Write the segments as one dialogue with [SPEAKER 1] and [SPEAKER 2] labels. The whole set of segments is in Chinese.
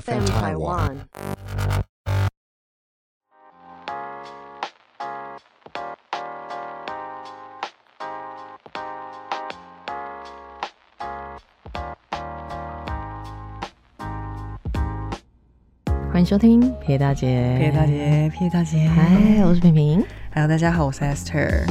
[SPEAKER 1] FM Taiwan.
[SPEAKER 2] 欢迎收听撇大姐，
[SPEAKER 3] 撇大，姐，撇大姐，
[SPEAKER 2] 嗨，我是平平。
[SPEAKER 3] ，Hello，大家好，我是 Esther。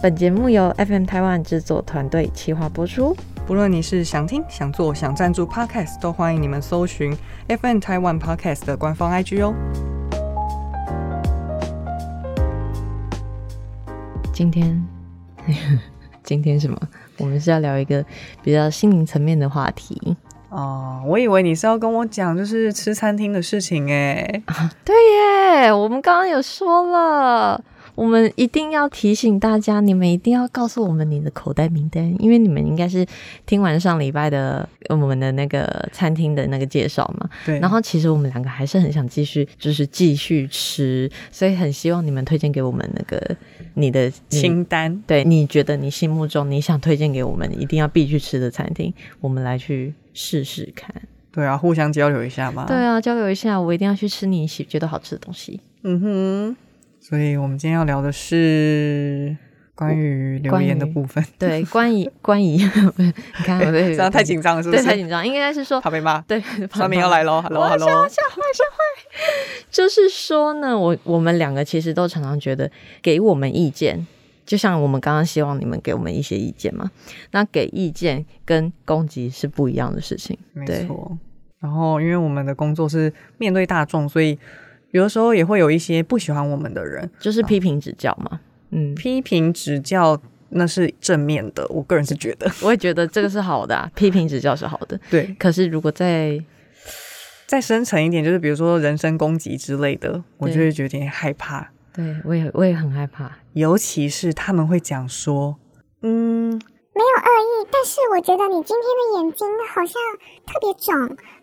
[SPEAKER 2] 本节目由 FM 台湾制作团队企划播出。
[SPEAKER 3] 不论你是想听、想做、想赞助 Podcast，都欢迎你们搜寻 FN 台湾 Podcast 的官方 IG 哦。
[SPEAKER 2] 今天， 今天什么？我们是要聊一个比较心灵层面的话题。
[SPEAKER 3] 哦，我以为你是要跟我讲就是吃餐厅的事情哎。
[SPEAKER 2] 对耶，我们刚刚有说了，我们一定要提醒大家，你们一定要告诉我们你的口袋名单，因为你们应该是听完上礼拜的呃我们的那个餐厅的那个介绍嘛。
[SPEAKER 3] 对，嗯
[SPEAKER 2] 然后其实我们两个还是很想继续，就是继续吃，所以很希望你们推荐给我们那个你的你
[SPEAKER 3] 清单，
[SPEAKER 2] 对，你觉得你心目中你想推荐给我们一定要必去吃的餐厅，我们来去试试看。
[SPEAKER 3] 对啊，互相交流一下嘛。
[SPEAKER 2] 对，啊，交流一下，我一定要去吃你喜觉得好吃的东西。
[SPEAKER 3] 嗯哼。所以我们今天要聊的是关于哦留言的
[SPEAKER 2] 关于
[SPEAKER 3] 部分。
[SPEAKER 2] 对，关于关于，你看我 这
[SPEAKER 3] 这样太紧张了，是不
[SPEAKER 2] 对，太
[SPEAKER 3] 是？
[SPEAKER 2] 紧张，应该是说
[SPEAKER 3] 怕被骂。
[SPEAKER 2] 对，
[SPEAKER 3] 上面要来喽
[SPEAKER 2] 我
[SPEAKER 3] ，Hello，Hello。
[SPEAKER 2] 吓坏，吓坏。 就是说呢，我我们两个其实都常常觉得给我们意见，就像我们刚刚希望你们给我们一些意见嘛。那给意见跟攻击是不一样的事情，
[SPEAKER 3] 没
[SPEAKER 2] 对
[SPEAKER 3] 错。然后，因为我们的工作是面对大众，所以有的时候也会有一些不喜欢我们的人
[SPEAKER 2] 就是批评指教嘛。嗯，
[SPEAKER 3] 批评指教，那是正面的。我个人是觉得，
[SPEAKER 2] 我也觉得这个是好的、 啊，批评指教是好的。
[SPEAKER 3] 对。
[SPEAKER 2] 可是如果在
[SPEAKER 3] 再深层一点，就是比如说人身攻击之类的，我
[SPEAKER 2] 对
[SPEAKER 3] 就会觉得有点害怕，
[SPEAKER 2] 对我也我也很害怕，
[SPEAKER 3] 尤其是他们会讲说，嗯，
[SPEAKER 4] 没有恶意，但是我觉得你今天的眼睛好像特别肿，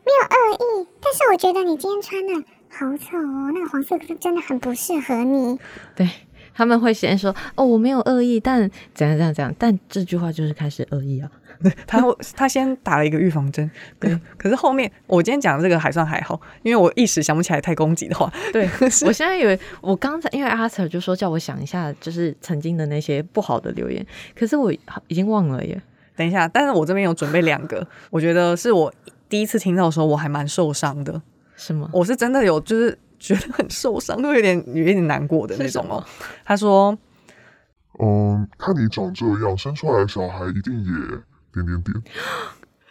[SPEAKER 4] 没有恶意，但是我觉得你今天穿的好丑哦，那个黄色是真的很不适合你。
[SPEAKER 2] 对他们会先说哦我没有恶意，但怎样怎样怎样，但这句话就是开始恶意啊。
[SPEAKER 3] 他会他先打了一个预防针，可可是后面我今天讲的这个还算还好，因为我一时想不起来太攻击的话，
[SPEAKER 2] 对，我现在以为我刚才因为阿 Sir 就说叫我想一下，就是曾经的那些不好的留言，可是我已经忘了耶。
[SPEAKER 3] 等一下，但是我这边有准备两个，我觉得是我第一次听到的时候，我还蛮受伤的，
[SPEAKER 2] 什么？
[SPEAKER 3] 我是真的有就是觉得很受伤，会有点有点难过的那种哦。他说，
[SPEAKER 5] 嗯，看你长这样，生出来的小孩一定也点点点。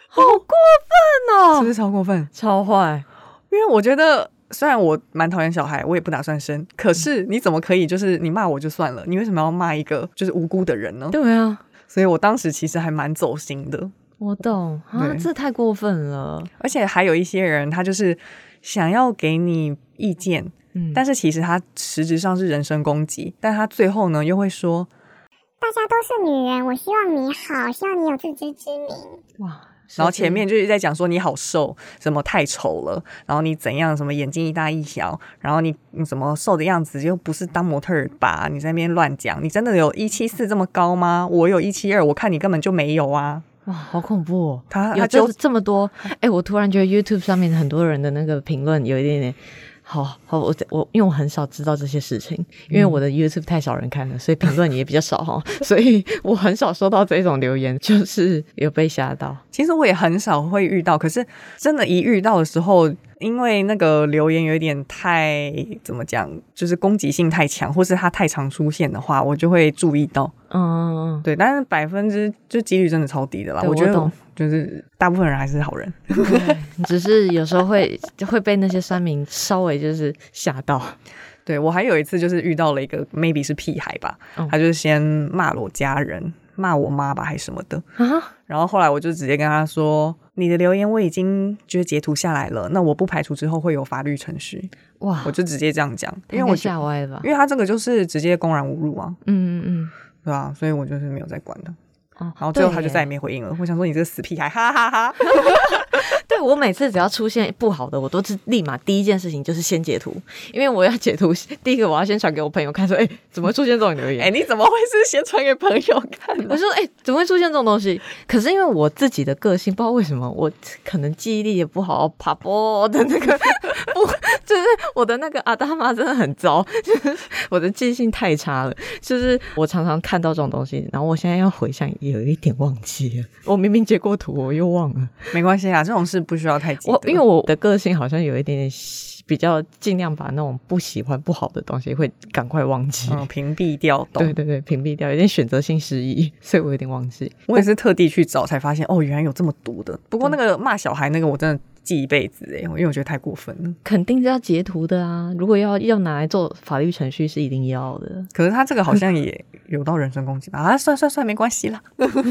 [SPEAKER 2] 好过
[SPEAKER 3] 是
[SPEAKER 2] 分
[SPEAKER 3] 不
[SPEAKER 2] 哦，
[SPEAKER 3] 是超过分？
[SPEAKER 2] 超坏！
[SPEAKER 3] 因为我觉得。虽然我蛮讨厌小孩，我也不打算生，可
[SPEAKER 2] 嗯
[SPEAKER 3] 是你怎么可以就是你骂我就算了，你为什么要骂一个就是无辜的人呢？
[SPEAKER 2] 对啊，
[SPEAKER 3] 所以我当时其实还蛮走心的，
[SPEAKER 2] 我懂啊，
[SPEAKER 3] 对
[SPEAKER 2] 这太过分了。
[SPEAKER 3] 而且还有一些人他就是想要给你意见，
[SPEAKER 2] 嗯，
[SPEAKER 3] 但
[SPEAKER 2] 是
[SPEAKER 3] 是其实他实质上是人身攻击，但他最后呢又会说，
[SPEAKER 4] 大家都是女人，我希望你好，希望你有自知之明。
[SPEAKER 2] 哇，
[SPEAKER 3] 然后
[SPEAKER 2] 是
[SPEAKER 3] 前面就是在讲说你好瘦，什么太丑了，然后你怎样，什么眼睛一大一小，然后你你什么瘦的样子又不是当模特儿吧？你在那边乱讲，你真的有一七四这么高吗？我有一七二，我看你根本就没有啊！
[SPEAKER 2] 哇，好恐怖哦。
[SPEAKER 3] 他
[SPEAKER 2] 有
[SPEAKER 3] 他
[SPEAKER 2] 就
[SPEAKER 3] 就是
[SPEAKER 2] 这么多，哎、我突然觉得 YouTube 上面很多人的那个评论有一点点，好好，我我因为我很少知道这些事情，因为我
[SPEAKER 3] 嗯
[SPEAKER 2] 的 YouTube 太少人看了，所以评论也比较少哈， 所以我很少收到这种留言，就是有被吓到。
[SPEAKER 3] 其实我也很少会遇到，可是真的，一遇到的时候，因为那个留言有一点太怎么讲，就是攻击性太强，或是它太常出现的话，我就会注意到。
[SPEAKER 2] 嗯，
[SPEAKER 3] 对，但是百分之就几率真的超低的啦。
[SPEAKER 2] 对
[SPEAKER 3] 我觉
[SPEAKER 2] 我
[SPEAKER 3] 得
[SPEAKER 2] 懂
[SPEAKER 3] 就是大部分人还是好人。嗯
[SPEAKER 2] 只是有时候会会被那些酸民稍微就是吓到。
[SPEAKER 3] 啊对我还有一次就是遇到了一个 maybe 是屁孩吧，
[SPEAKER 2] 嗯
[SPEAKER 3] 他就是先骂了我家人，骂我妈吧还是什么的，
[SPEAKER 2] 啊，
[SPEAKER 3] 然后后来我就直接跟他说。你的留言我已经就是截图下来了，那我不排除之后会有法律程序，
[SPEAKER 2] 哇
[SPEAKER 3] 我，就直接这样讲，因为
[SPEAKER 2] 应该
[SPEAKER 3] 我觉
[SPEAKER 2] 吓歪了吧？
[SPEAKER 3] 因为他这个就是直接公然侮辱啊，
[SPEAKER 2] 嗯嗯
[SPEAKER 3] 对吧、所以我就是没有再管的。
[SPEAKER 2] 嗯，哦，
[SPEAKER 3] 然后最后
[SPEAKER 2] 对
[SPEAKER 3] 他就
[SPEAKER 2] 耶
[SPEAKER 3] 再也没回应了。我想说你这个死屁孩，哈哈哈
[SPEAKER 2] 对我每次只要出现不好的，我都是立马第一件事情就是先截图，因为我要截图，第一个我要先传给我朋友看，说，哎、怎么会出现这种留言？
[SPEAKER 3] 哎、你怎么会是先传给朋友 看
[SPEAKER 2] 我
[SPEAKER 3] 的？
[SPEAKER 2] 说，哎、怎么会出现这种东西？可是因为我自己的个性，不知道为什么，我可能记忆力也不好，爬波的那个不，就是我的那个阿大妈真的很糟，就是我的记性太差了。就是我常常看到这种东西，然后我现在要回想，有一点忘记了。我明明截过图，我又忘了。
[SPEAKER 3] 没关系啊，这种事不需要太记得。
[SPEAKER 2] 我因为我的个性好像有一点点喜比较尽量把那种不喜欢不好的东西会赶快忘记。
[SPEAKER 3] 嗯屏蔽掉，懂。
[SPEAKER 2] 对对对，屏蔽掉，有点选择性失忆，所以我有点忘记。
[SPEAKER 3] 我也是特地去找才发现，哦，原来有这么毒的。不过那个骂小孩那个，我真的记一辈子哎、因为我觉得太过分了。
[SPEAKER 2] 肯定是要截图的啊！如果要要拿来做法律程序，是一定要的。
[SPEAKER 3] 可是他这个好 像也有到人身攻击吧？啊，算算算，没关系啦，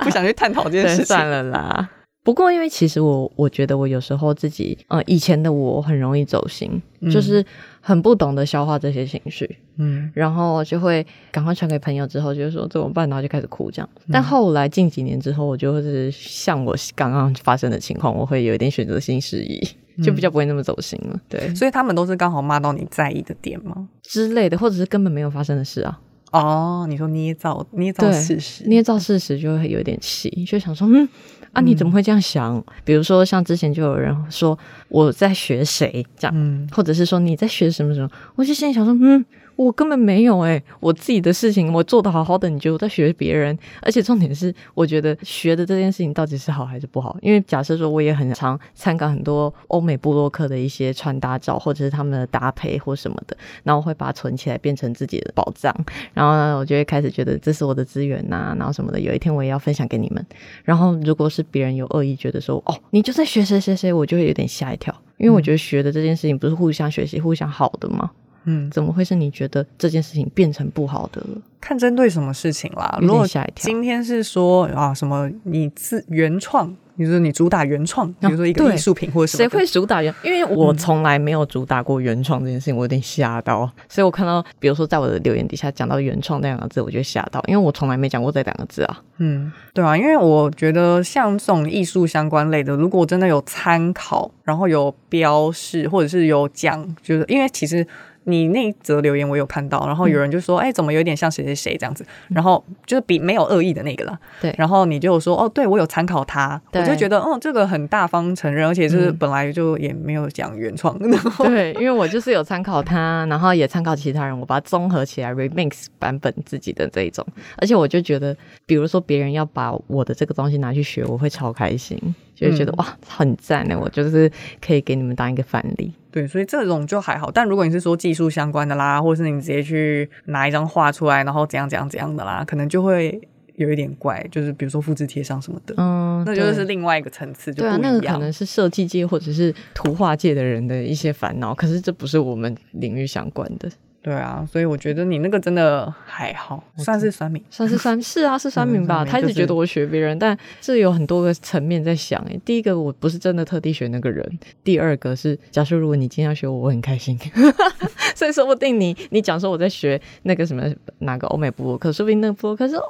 [SPEAKER 3] 不想去探讨这件事情。
[SPEAKER 2] 算了啦。不过，因为其实我我觉得我有时候自己，呃，以前的我很容易走心，
[SPEAKER 3] 嗯
[SPEAKER 2] 就是很不懂得消化这些情绪，
[SPEAKER 3] 嗯，
[SPEAKER 2] 然后就会赶快传给朋友，之后就说怎么办，然后就开始哭这样。但后来近几年之后，我就是像我刚刚发生的情况，我会有一点选择性失忆，就比较不会那么走心了，嗯对
[SPEAKER 3] 所以他们都是刚好骂到你在意的点吗？
[SPEAKER 2] 之类的，或者是根本没有发生的事啊。
[SPEAKER 3] 哦，你说捏造捏造
[SPEAKER 2] 对
[SPEAKER 3] 事实，
[SPEAKER 2] 捏造事实就会有点气，就想说，嗯，啊，你怎么会这样想？比如说，像之前就有人说我在学谁这样，
[SPEAKER 3] 嗯，
[SPEAKER 2] 或者是说你在学什么什么，我就心里想说，嗯，我根本没有诶、欸我自己的事情我做的好好的，你觉得我在学别人？而且重点是，我觉得学的这件事情到底是好还是不好？因为假设说我也很常参考很多欧美布洛克的一些穿搭照，或者是他们的搭配或什么的，然后会把它存起来变成自己的宝藏。然后呢，我就会开始觉得这是我的资源呐、然后什么的。有一天我也要分享给你们。然后如果是别人有恶意，觉得说哦，你就在学谁谁谁，我就会有点吓一跳，因为我觉得学的这件事情不是互相学习、互相好的吗？
[SPEAKER 3] 嗯，
[SPEAKER 2] 怎么会是你觉得这件事情变成不好的了？
[SPEAKER 3] 看针对什么事情啦。
[SPEAKER 2] 有
[SPEAKER 3] 如果
[SPEAKER 2] 点吓一跳
[SPEAKER 3] 今天是说啊什么你自原创，比如说你主打原创，比如说一个
[SPEAKER 2] 对
[SPEAKER 3] 艺术品或者什么
[SPEAKER 2] 谁
[SPEAKER 3] 的，
[SPEAKER 2] 会主打原？因为我从来没有主打过原创这件事情，我有点吓到。所以我看到，比如说在我的留言底下讲到“原创”那两个字，我就吓到，因为我从来没讲过这两个字啊。
[SPEAKER 3] 嗯，对啊，因为我觉得像这种艺术相关类的，如果真的有参考，然后有标示，或者是有讲，就是因为其实你那一则留言我有看到，然后有人就说，哎、怎么有点像谁谁谁这样子，然后就是比没有恶意的那个啦，
[SPEAKER 2] 嗯对
[SPEAKER 3] 然后你就有说，哦，对我有参考他，我
[SPEAKER 2] 对
[SPEAKER 3] 就觉得，哦，这个很大方承认，而且就是
[SPEAKER 2] 嗯
[SPEAKER 3] 本来就也没有讲原创，然后
[SPEAKER 2] 对，因为我就是有参考他，然后也参考其他人，我把它综合起来 remix 版本自己的这一种。而且我就觉得，比如说别人要把我的这个东西拿去学，我会超开心，就会觉得、
[SPEAKER 3] 嗯
[SPEAKER 2] 哇，很赞欸的，我就是可以给你们当一个范例。
[SPEAKER 3] 对，所以这种就还好。但如果你是说技术相关的啦，或者是你直接去拿一张画出来，然后怎样怎样怎样的啦，可能就会有一点怪，就是比如说复制贴上什么的，
[SPEAKER 2] 嗯，
[SPEAKER 3] 那就是
[SPEAKER 2] 对
[SPEAKER 3] 另外一个层次，就
[SPEAKER 2] 对啊，
[SPEAKER 3] 不
[SPEAKER 2] 那个
[SPEAKER 3] 一
[SPEAKER 2] 可
[SPEAKER 3] 样。
[SPEAKER 2] 能是设计界或者是图画界的人的一些烦恼，可是这不是我们领域相关的，
[SPEAKER 3] 对啊，所以我觉得你那个真的还好，算是酸民。
[SPEAKER 2] 算是酸是啊，是酸民吧？
[SPEAKER 3] 嗯酸民
[SPEAKER 2] 他一直
[SPEAKER 3] 就是
[SPEAKER 2] 觉得我学别人，但这有很多个层面在想、欸。第一个我不是真的特地学那个人，第二个是假设如果你今天要学我，我很开心， 所以说不定你你讲说我在学那个什么哪个欧美布洛克，说不定那个布洛克说哦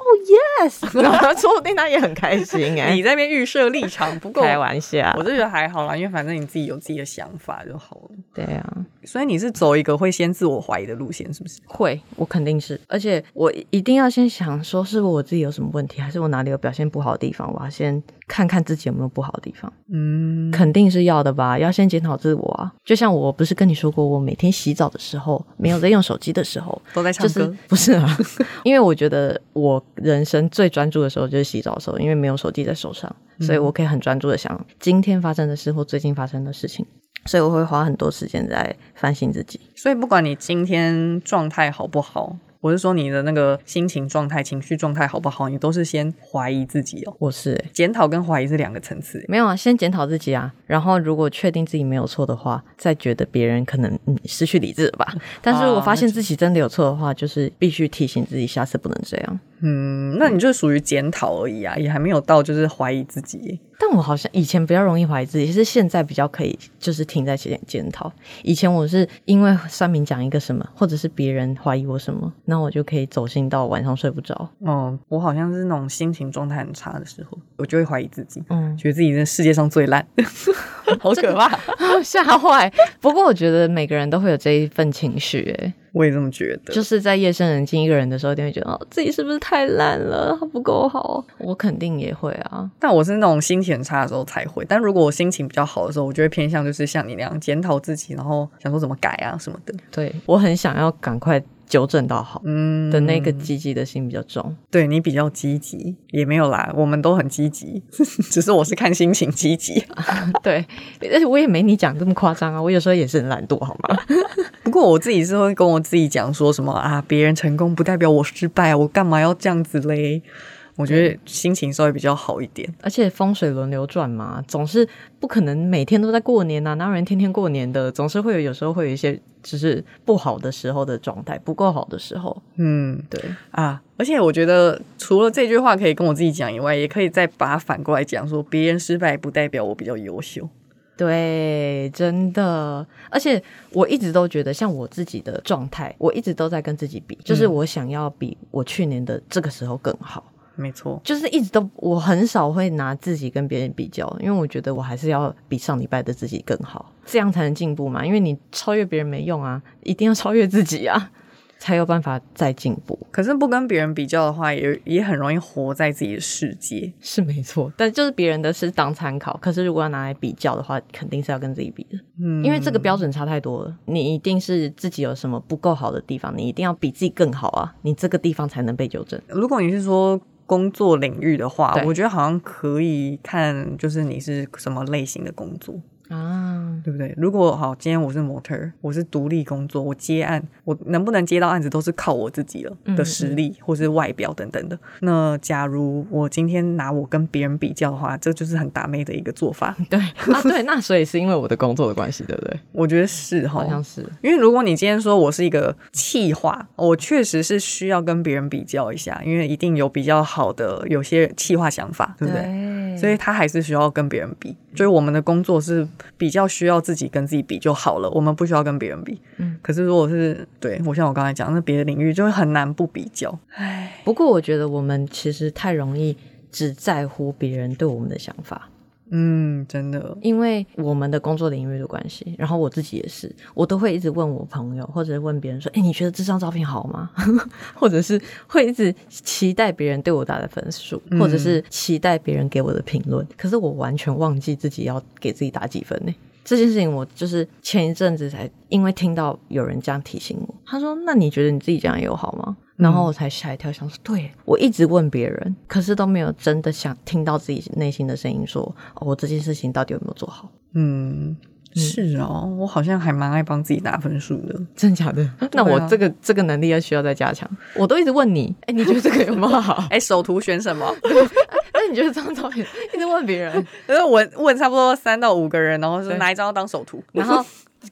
[SPEAKER 2] yes，然 后说不定他也很开心哎、
[SPEAKER 3] 你在那边预设立场不够，
[SPEAKER 2] 开玩笑
[SPEAKER 3] 我，就觉得还好啦，因为反正你自己有自己的想法就好了。
[SPEAKER 2] 对啊。
[SPEAKER 3] 所以你是走一个会先自我怀疑的路线，是不是？
[SPEAKER 2] 会，我肯定是，而且我一定要先想说，是我自己有什么问题，还是我哪里有表现不好的地方？我要先看看自己有没有不好的地方，
[SPEAKER 3] 嗯，
[SPEAKER 2] 肯定是要的吧？要先检讨自我啊！就像我不是跟你说过，我每天洗澡的时候没有在用手机的时候，
[SPEAKER 3] 都在唱
[SPEAKER 2] 就
[SPEAKER 3] 歌。
[SPEAKER 2] 是不是啊？ 因为我觉得我人生最专注的时候就是洗澡的时候，因为没有手机在手上，所以我可以很专注的想今天发生的事或最近发生的事情，所以我会花很多时间在反省自己。
[SPEAKER 3] 所以不管你今天状态好不好，我是说你的那个心情状态、情绪状态好不好，你都是先怀疑自己哦。
[SPEAKER 2] 我是、欸。
[SPEAKER 3] 检讨跟怀疑是两个层次，
[SPEAKER 2] 没有啊，先检讨自己啊，然后如果确定自己没有错的话，再觉得别人可能嗯
[SPEAKER 3] 啊
[SPEAKER 2] 失去理智了吧。但是如果发现自己真的有错的话，就是必须提醒自己下次不能这样。
[SPEAKER 3] 嗯，那你就属于检讨而已啊，也还没有到就是怀疑自己。
[SPEAKER 2] 但我好像以前比较容易怀疑自己，是现在比较可以就是停在检检讨。以前我是因为三明讲一个什么，或者是别人怀疑我什么，那我就可以走心到晚上睡不着。
[SPEAKER 3] 嗯，我好像是那种心情状态很差的时候，我就会怀疑自己，
[SPEAKER 2] 嗯，
[SPEAKER 3] 觉得自己是世界上最烂， 好可怕。
[SPEAKER 2] 吓坏。不过我觉得每个人都会有这一份情绪，哎，
[SPEAKER 3] 我也这么觉得。
[SPEAKER 2] 就是在夜深人静一个人的时候，一定会觉得哦，自己是不是太烂了，不够好。我肯定也会啊。
[SPEAKER 3] 但我是那种心情很差的时候才会，但如果我心情比较好的时候，我就会偏向就是像你那样检讨自己，然后想说怎么改啊什么的。
[SPEAKER 2] 对我很想要赶快纠正到好
[SPEAKER 3] 嗯
[SPEAKER 2] 的那个积极的心比较重。
[SPEAKER 3] 对你比较积极，也没有啦，我们都很积极， 只是我是看心情积极。 啊
[SPEAKER 2] 对，而且哎我也没你讲这么夸张啊，我有时候也是很懒惰，好吗？
[SPEAKER 3] 不过我自己是会跟我自己讲说什么啊，别人成功不代表我失败，我干嘛要这样子嘞？我觉得心情稍微比较好一点。
[SPEAKER 2] 而且风水轮流转嘛，总是不可能每天都在过年呐、啊哪有人天天过年的？总是会有，有时候会有一些就是不好的时候的状态，不够好的时候。
[SPEAKER 3] 嗯
[SPEAKER 2] 对，
[SPEAKER 3] 啊，而且我觉得除了这句话可以跟我自己讲以外，也可以再把它反过来讲说，别人失败不代表我比较优秀。
[SPEAKER 2] 对，真的。而且我一直都觉得，像我自己的状态，我一直都在跟自己比，就是
[SPEAKER 3] 嗯
[SPEAKER 2] 我想要比我去年的这个时候更好。
[SPEAKER 3] 没错，
[SPEAKER 2] 就是一直都我很少会拿自己跟别人比较，因为我觉得我还是要比上礼拜的自己更好，这样才能进步嘛。因为你超越别人没用啊，一定要超越自己啊，才有办法再进步，
[SPEAKER 3] 可是不跟别人比较的话，也也很容易活在自己的世界。
[SPEAKER 2] 是没错。但就是别人的是当参考，可是如果要拿来比较的话，肯定是要跟自己比的，
[SPEAKER 3] 嗯，
[SPEAKER 2] 因为这个标准差太多了。你一定是自己有什么不够好的地方，你一定要比自己更好啊，你这个地方才能被纠正。
[SPEAKER 3] 如果你是说工作领域的话
[SPEAKER 2] 对，
[SPEAKER 3] 我觉得好像可以看，就是你是什么类型的工作，
[SPEAKER 2] 啊，
[SPEAKER 3] 对不对？如果好，今天我是模特儿，我是独立工作，我接案，我能不能接到案子都是靠我自己了
[SPEAKER 2] 嗯
[SPEAKER 3] 的实力或是外表等等的。那假如我今天拿我跟别人比较的话，这就是很打妹的一个 做法，
[SPEAKER 2] 对啊，对，那所以是因为我的工作的关系，对不对？
[SPEAKER 3] 我觉得是哈，
[SPEAKER 2] 好像是。
[SPEAKER 3] 因为如果你今天说我是一个气化，我确实是需要跟别人比较一下，因为一定有比较好的有些气化想法，对不对？
[SPEAKER 2] 对
[SPEAKER 3] 所以他还是需要跟别人比，就是我们的工作是比较需要自己跟自己比就好了，我们不需要跟别人比。
[SPEAKER 2] 嗯，
[SPEAKER 3] 可是如果是对我像我刚才讲，那别的领域就会很难不比较。唉，
[SPEAKER 2] 不过我觉得我们其实太容易只在乎别人对我们的想法，
[SPEAKER 3] 嗯，真的，
[SPEAKER 2] 因为我们的工作领域的关系，然后我自己也是，我都会一直问我朋友或者问别人说：“哎，你觉得这张照片好吗？” 或者是会一直期待别人对我打的分数，
[SPEAKER 3] 嗯
[SPEAKER 2] 或者是期待别人给我的评论。可是我完全忘记自己要给自己打几分呢、这件事情我就是前一阵子才因为听到有人这样提醒我，他说：“那你觉得你自己这样有好吗？”然后我才吓一跳，想说：“对我一直问别人，可是都没有真的想听到自己内心的声音说，哦，我这件事情到底有没有做好？
[SPEAKER 3] 嗯，是哦，我好像还蛮爱帮自己打分数的。
[SPEAKER 2] 真假的？ 啊那我这个这个能力要需要再加强。我都一直问你，哎，你觉得这个有没有好？
[SPEAKER 3] 哎，首图选什么？
[SPEAKER 2] 那你觉得这张照片？一直问别人，
[SPEAKER 3] 就是我问差不多三到五个人，然后说
[SPEAKER 2] 对
[SPEAKER 3] 哪一张要当首 图，
[SPEAKER 2] 然后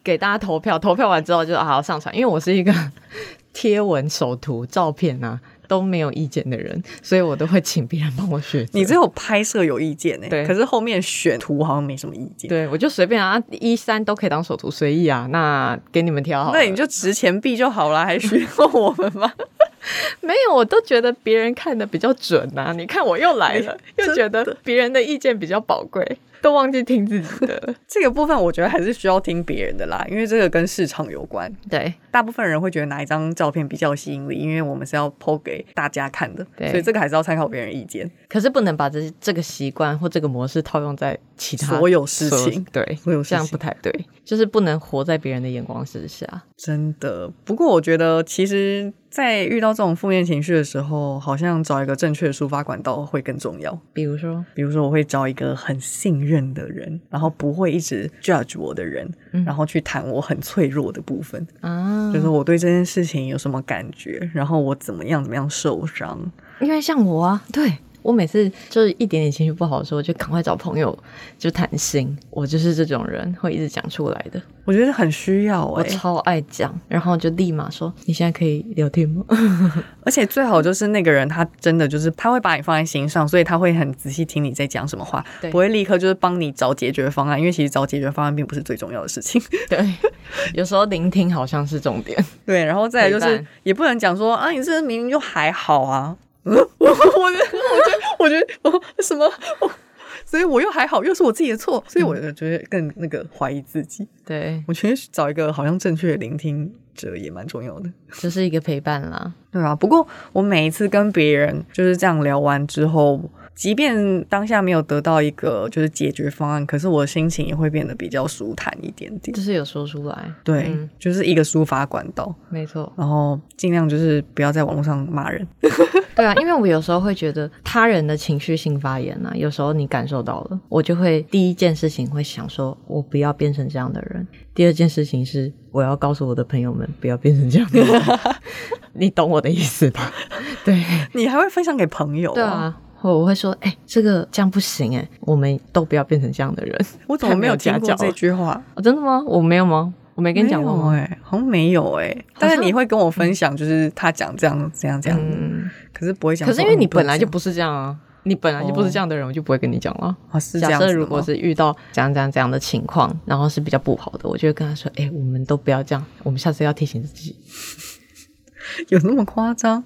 [SPEAKER 2] 给大家投票，投票完之后就啊好好上传，因为我是一个 贴文、首图、照片啊都没有意见的人，所以我都会请别人帮我选。
[SPEAKER 3] 你只有拍摄有意见呢、
[SPEAKER 2] 对
[SPEAKER 3] 可是后面选图好像没什么意见。
[SPEAKER 2] 对我就随便啊，一三都可以当首图，随意啊。那给你们挑好了，
[SPEAKER 3] 那你就值钱币就好啦，还需要我们吗？
[SPEAKER 2] 没有，我都觉得别人看的比较准呐、你看我又来 了，又觉得别人的意见比较宝贵，都忘记听自己的了。
[SPEAKER 3] 这个部分我觉得还是需要听别人的啦，因为这个跟市场有关。
[SPEAKER 2] 对，
[SPEAKER 3] 大部分人会觉得哪一张照片比较有吸引力，因为我们是要 PO 给大家看的，
[SPEAKER 2] 对
[SPEAKER 3] 所以这个还是要参考别人意见。
[SPEAKER 2] 可是不能把这这个习惯或这个模式套用在其他
[SPEAKER 3] 所有事情
[SPEAKER 2] 所有对，
[SPEAKER 3] 所有事
[SPEAKER 2] 这
[SPEAKER 3] 情
[SPEAKER 2] 样不太对，就是不能活在别人的眼光之下。
[SPEAKER 3] 真的，不过我觉得其实，在遇到这种负面情绪的时候，好像找一个正确的抒发管道会更重要。
[SPEAKER 2] 比如说，
[SPEAKER 3] 比如说，我会找一个很信任的人，然后不会一直 judge 我的人，
[SPEAKER 2] 嗯
[SPEAKER 3] 然后去谈我很脆弱的部分，
[SPEAKER 2] 啊，
[SPEAKER 3] 就是我对这件事情有什么感觉，然后我怎么样怎么样受伤。
[SPEAKER 2] 因为像我啊，对我每次就是一点点情绪不好的时候，我就赶快找朋友就谈心。我就是这种人，会一直讲出来的。
[SPEAKER 3] 我觉得很需要
[SPEAKER 2] 我
[SPEAKER 3] 哎、
[SPEAKER 2] 超爱讲，然后就立马说：“你现在可以聊天吗
[SPEAKER 3] 而且最好就是那个人他真的就是他会把你放在心上，所以他会很仔细听你在讲什么话
[SPEAKER 2] 对，
[SPEAKER 3] 不会立刻就是帮你找解决方案，因为其实找解决方案并不是最重要的事情。？”
[SPEAKER 2] 对，有时候聆听好像是重点。
[SPEAKER 3] 对，然后再来就
[SPEAKER 2] 陪
[SPEAKER 3] 是
[SPEAKER 2] 伴
[SPEAKER 3] 也不能讲说啊，你这明明就还好啊， 嗯我我我觉得我觉得我觉得我什么我。所以我又还好，又是我自己的错，所以
[SPEAKER 2] 嗯
[SPEAKER 3] 我就觉得更那个怀疑自己。
[SPEAKER 2] 对，
[SPEAKER 3] 我觉得找一个好像正确的聆听者也蛮重要的。
[SPEAKER 2] 就是一个陪伴啦。
[SPEAKER 3] 对啊，不过我每一次跟别人就是这样聊完之后，即便当下没有得到一个就是解决方案，可是我心情也会变得比较舒坦一点点
[SPEAKER 2] 就。是有说出来，
[SPEAKER 3] 对，
[SPEAKER 2] 嗯
[SPEAKER 3] 就是一个抒发管道，
[SPEAKER 2] 没错，
[SPEAKER 3] 然后尽量就是不要在网络上骂人。
[SPEAKER 2] 对啊，因为我有时候会觉得他人的情绪性发言啊，有时候你感受到了，我就会第一件事情会想说，我不要变成这样的人；第二件事情是，我要告诉我的朋友们，不要变成这样的 人。你懂我的意思 吧？对，
[SPEAKER 3] 你还会分享给朋友、哦
[SPEAKER 2] 对，啊。我我会说，哎、这个这样不行哎、我们都不要变成这样的人。
[SPEAKER 3] 我怎么没有听
[SPEAKER 2] 太没
[SPEAKER 3] 过
[SPEAKER 2] 有家教
[SPEAKER 3] 这
[SPEAKER 2] 了
[SPEAKER 3] 句话？
[SPEAKER 2] 哦真的吗？我没有吗？我没跟你讲过吗？
[SPEAKER 3] 哎、好像没有哎、但是
[SPEAKER 2] 好像
[SPEAKER 3] 你会跟我分享，就是他讲这样这样这样，
[SPEAKER 2] 嗯，
[SPEAKER 3] 可是不会讲
[SPEAKER 2] 可
[SPEAKER 3] 说。
[SPEAKER 2] 是因为
[SPEAKER 3] 哦
[SPEAKER 2] 你本来就
[SPEAKER 3] 能
[SPEAKER 2] 不是这样啊，你本来就不是这样的人，我就不会跟你讲了。
[SPEAKER 3] 讲哦是这
[SPEAKER 2] 假
[SPEAKER 3] 样子
[SPEAKER 2] 设
[SPEAKER 3] 的
[SPEAKER 2] 如果
[SPEAKER 3] 吗
[SPEAKER 2] 是遇到怎样怎样怎样的情况，然后是比较不好的，我就会跟他说：“哎、我们都不要这样，我们下次要提醒自己。
[SPEAKER 3] 有那么夸张，”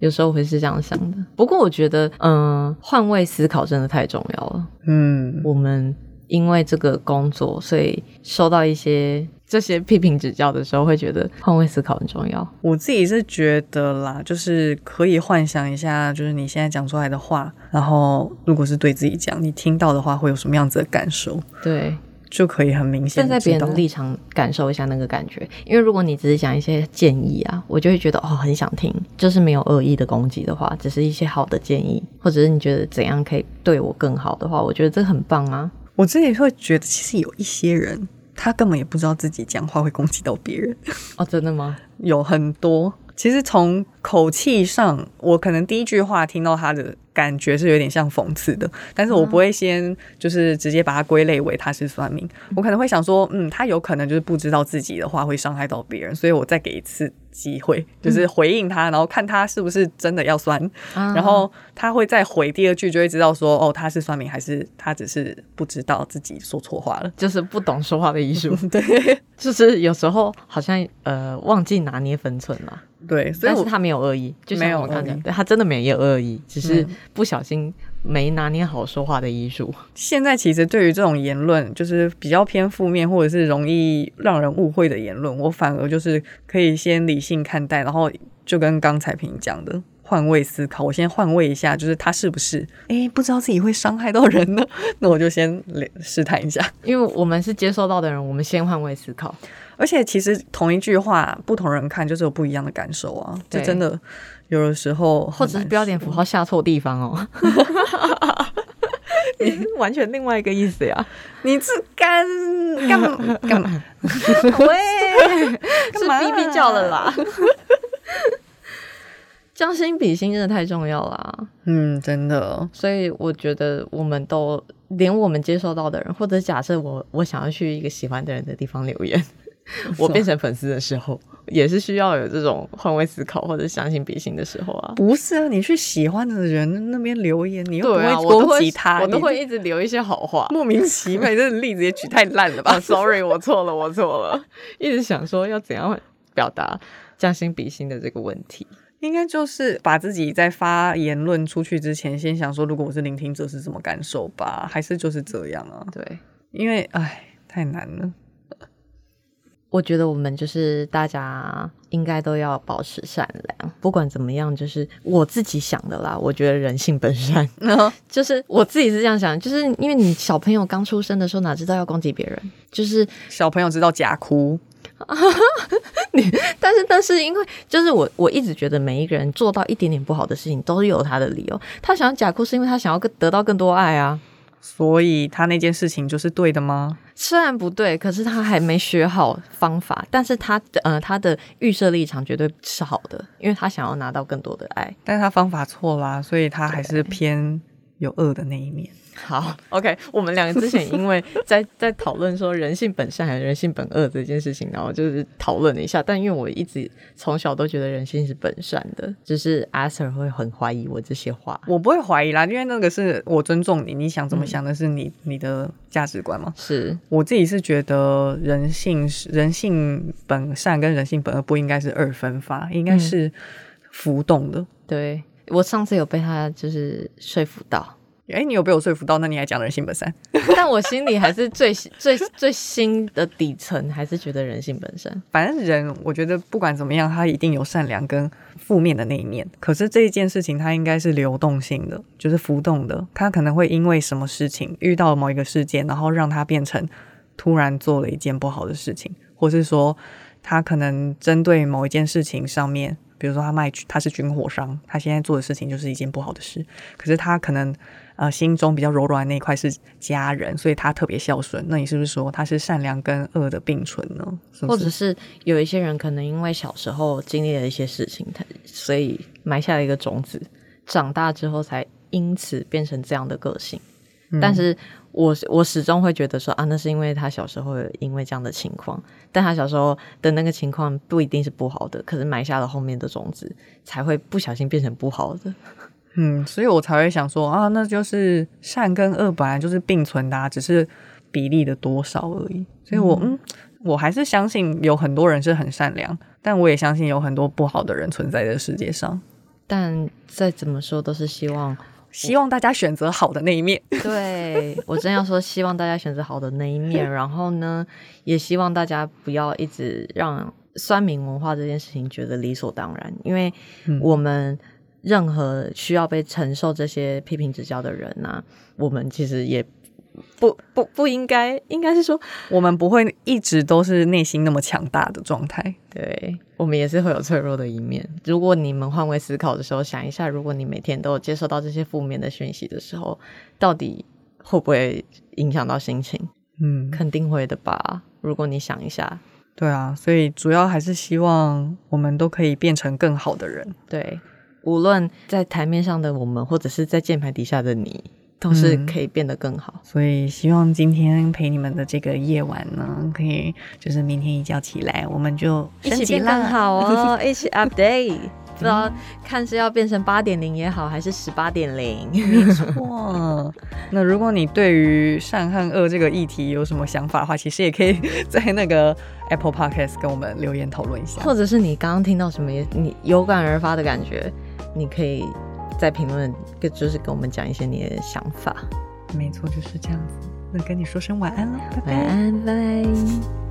[SPEAKER 2] 有时候我会是这样想的。不过我觉得，嗯、换位思考真的太重要了。
[SPEAKER 3] 嗯，
[SPEAKER 2] 我们因为这个工作，所以受到一些这些批评指教的时候，会觉得换位思考很重要。
[SPEAKER 3] 我自己是觉得啦，就是可以幻想一下，就是你现在讲出来的话，然后如果是对自己讲，你听到的话会有什么样子的感受，
[SPEAKER 2] 对，
[SPEAKER 3] 就可以很明显
[SPEAKER 2] 站
[SPEAKER 3] 地
[SPEAKER 2] 在别人的
[SPEAKER 3] 知道
[SPEAKER 2] 立场感受一下那个感觉，因为如果你只是讲一些建议啊，我就会觉得哦很想听，就是没有恶意的攻击的话，只是一些好的建议，或者是你觉得怎样可以对我更好的话，我觉得这很棒啊。
[SPEAKER 3] 我自己会觉得，其实有一些人他根本也不知道自己讲话会攻击到别人，
[SPEAKER 2] 哦，真的吗？
[SPEAKER 3] 有很多。其实从口气上，我可能第一句话听到他的感觉是有点像讽刺的，但是我不会先就是直接把它归类为他是酸民，我可能会想说，嗯，他有可能就是不知道自己的话会伤害到别人，所以我再给一次机会，就是回应他，然后看他是不是真的要酸，
[SPEAKER 2] 啊
[SPEAKER 3] 然后他会再回第二句，就会知道说，哦，他是酸民还是他只是不知道自己说错话了。
[SPEAKER 2] 就是不懂说话的艺 术，
[SPEAKER 3] 对
[SPEAKER 2] 就是有时候好像呃忘记拿捏分寸 了。
[SPEAKER 3] 对，所以
[SPEAKER 2] 但
[SPEAKER 3] 我
[SPEAKER 2] 是他没有恶意，就
[SPEAKER 3] 没
[SPEAKER 2] 像
[SPEAKER 3] 有
[SPEAKER 2] 我刚
[SPEAKER 3] 恶
[SPEAKER 2] 讲
[SPEAKER 3] 意，
[SPEAKER 2] 对他真的没有恶意，只是
[SPEAKER 3] 嗯
[SPEAKER 2] 不小心没拿捏好说话的艺术。
[SPEAKER 3] 现在其实对于这种言论，就是比较偏负面或者是容易让人误会的言论，我反而就是可以先理性看待，然后就跟刚才平讲的换位思考，我先换位一下，就是他是 不是诶不知道自己会伤害到人呢？那我就先了试探一下。
[SPEAKER 2] 因为我们是接收到的人，我们先换位思考。
[SPEAKER 3] 而且其实同一句话，不同人看就是有不一样的感受啊，这
[SPEAKER 2] 对
[SPEAKER 3] 真的有的时候很
[SPEAKER 2] 或者是
[SPEAKER 3] 难
[SPEAKER 2] 标点
[SPEAKER 3] 说
[SPEAKER 2] 符号下错地方 哦，完全另外一个意思 呀。
[SPEAKER 3] 你这干干嘛干嘛？
[SPEAKER 2] 喂，是
[SPEAKER 3] 干嘛啊
[SPEAKER 2] B B 叫了啦。将心比心真的太重要啦，
[SPEAKER 3] 嗯，真的，
[SPEAKER 2] 所以我觉得我们都连我们接收到的人，或者假设我我想要去一个喜欢的人的地方留言，我变成粉丝的时候，也是需要有这种换位思考或者将心比心的时候啊。
[SPEAKER 3] 不是啊，你去喜欢的人那边留言，你又不
[SPEAKER 2] 对啊，
[SPEAKER 3] 会
[SPEAKER 2] 我都
[SPEAKER 3] 攻
[SPEAKER 2] 会
[SPEAKER 3] 击他，
[SPEAKER 2] 我都
[SPEAKER 3] 你
[SPEAKER 2] 会一直留一些好话。
[SPEAKER 3] 莫名其妙。这个例子也举太烂了
[SPEAKER 2] 啊
[SPEAKER 3] 吧？
[SPEAKER 2] ，sorry，我错了，我错了，一直想说要怎样表达将心比心的这个问题。
[SPEAKER 3] 应该就是把自己在发言论出去之前，先想说，如果我是聆听者是什么感受吧？还是就是这样啊？
[SPEAKER 2] 对，
[SPEAKER 3] 因为唉，太难了。
[SPEAKER 2] 我觉得我们就是大家应该都要保持善良，不管怎么样，就是我自己想的啦。我觉得人性本善，
[SPEAKER 3] 嗯
[SPEAKER 2] 就是我自己是这样想，就是因为你小朋友刚出生的时候哪知道要攻击别人，就是
[SPEAKER 3] 小朋友知道假哭，
[SPEAKER 2] 但是，但是，因为就是我，我一直觉得每一个人做到一点点不好的事情，都是有他的理由。他想要假哭，是因为他想要更得到更多爱啊。
[SPEAKER 3] 所以他那件事情就是对的吗？
[SPEAKER 2] 虽然不对，可是他还没学好方法，但是他呃他的预设立场绝对是好的，因为他想要拿到更多的爱。
[SPEAKER 3] 但是他方法错啦，所以他还是偏有恶的那一面。
[SPEAKER 2] 好，OK，我们两个之前因为在在讨论说人性本善还是人性本恶这件事情，然后就是讨论了一下。但因为我一直从小都觉得人性是本善的，只是 Arthur 会很怀疑我这些话。
[SPEAKER 3] 我不会怀疑啦，因为那个是我尊重你，你想怎么想那是你、你的价值观嘛。
[SPEAKER 2] 是
[SPEAKER 3] 我自己是觉得人性是人性本善跟人性本恶不应该是二分法，应该是浮动的。
[SPEAKER 2] 对我上次有被他就是说服到，
[SPEAKER 3] 哎、你有被我说服到，那你还讲人性本善？
[SPEAKER 2] 但我心里还是最最最新的底层还是觉得人性本善。
[SPEAKER 3] 反正人，我觉得不管怎么样，他一定有善良跟负面的那一面。可是这一件事情，它应该是流动性的，就是浮动的。他可能会呃因为什么事情遇到某一个事件，然后让他变成突然做了一件不好的事情，或是说他可能针对某一件事情上面，比如说他卖他是军火商，他现在做的事情就是一件不好的事。可是他可能呃心中比较柔软的那一块是家人，所以他特别孝顺。那你是不是说他是善良跟恶的并存呢？是不
[SPEAKER 2] 或
[SPEAKER 3] 嗯是
[SPEAKER 2] 者是有一些人可能因为小时候经历了一些事情，他所以埋下了一个种子，长大之后才因此变成这样的个性。
[SPEAKER 3] 嗯
[SPEAKER 2] 但是我我始终会觉得说啊，那是因为他小时候有因为这样的情况，但他小时候的那个情况不一定是不好的，可是埋下了后面的种子，才会不小心变成不好的。
[SPEAKER 3] 嗯，所以我才会想说啊，那就是善跟恶本来就是并存的、啊，只是比例的多少而已。所以我嗯我还是相信有很多人是很善良，但我也相信有很多不好的人存在这世界上。
[SPEAKER 2] 但再怎么说，都是希望
[SPEAKER 3] 希望大家选择好的那一面。
[SPEAKER 2] 对我真要说，希望大家选择好的那一面，然后呢，也希望大家不要一直让酸民文化这件事情觉得理所当然，因为
[SPEAKER 3] 嗯
[SPEAKER 2] 我们任何需要被承受这些批评指教的人呐、我们其实也不不不应该，应该是说，
[SPEAKER 3] 我们不会一直都是内心那么强大的状态。
[SPEAKER 2] 对我们也是会有脆弱的一面。如果你们换位思考的时候，想一下，如果你每天都有接受到这些负面的讯息的时候，到底会不会影响到心情？
[SPEAKER 3] 嗯，
[SPEAKER 2] 肯定会的吧？如果你想一下，
[SPEAKER 3] 对啊，所以主要还是希望我们都可以变成更好的人。
[SPEAKER 2] 对，无论在台面上的我们，或者是在键盘底下的你，都是
[SPEAKER 3] 嗯
[SPEAKER 2] 可以变得更好。
[SPEAKER 3] 所以希望今天陪你们的这个夜晚呢，可以就是明天一觉起来，我们就升级
[SPEAKER 2] 更
[SPEAKER 3] 啦。
[SPEAKER 2] 好哦，一 起 update。不知道看是要变成八点零也好，还是十八点零。
[SPEAKER 3] 哇，那如果你对于善和恶这个议题有什么想法的话，其实也可以在那个 Apple Podcast 跟我们留言讨论一下。
[SPEAKER 2] 或者是你刚刚听到什么，也你有感而发的感觉，你可以在评论，就是跟我们讲一些你的想法。
[SPEAKER 3] 没错，就是这样子。那跟你说声晚安了，拜
[SPEAKER 2] 晚
[SPEAKER 3] 拜。
[SPEAKER 2] 安，拜拜。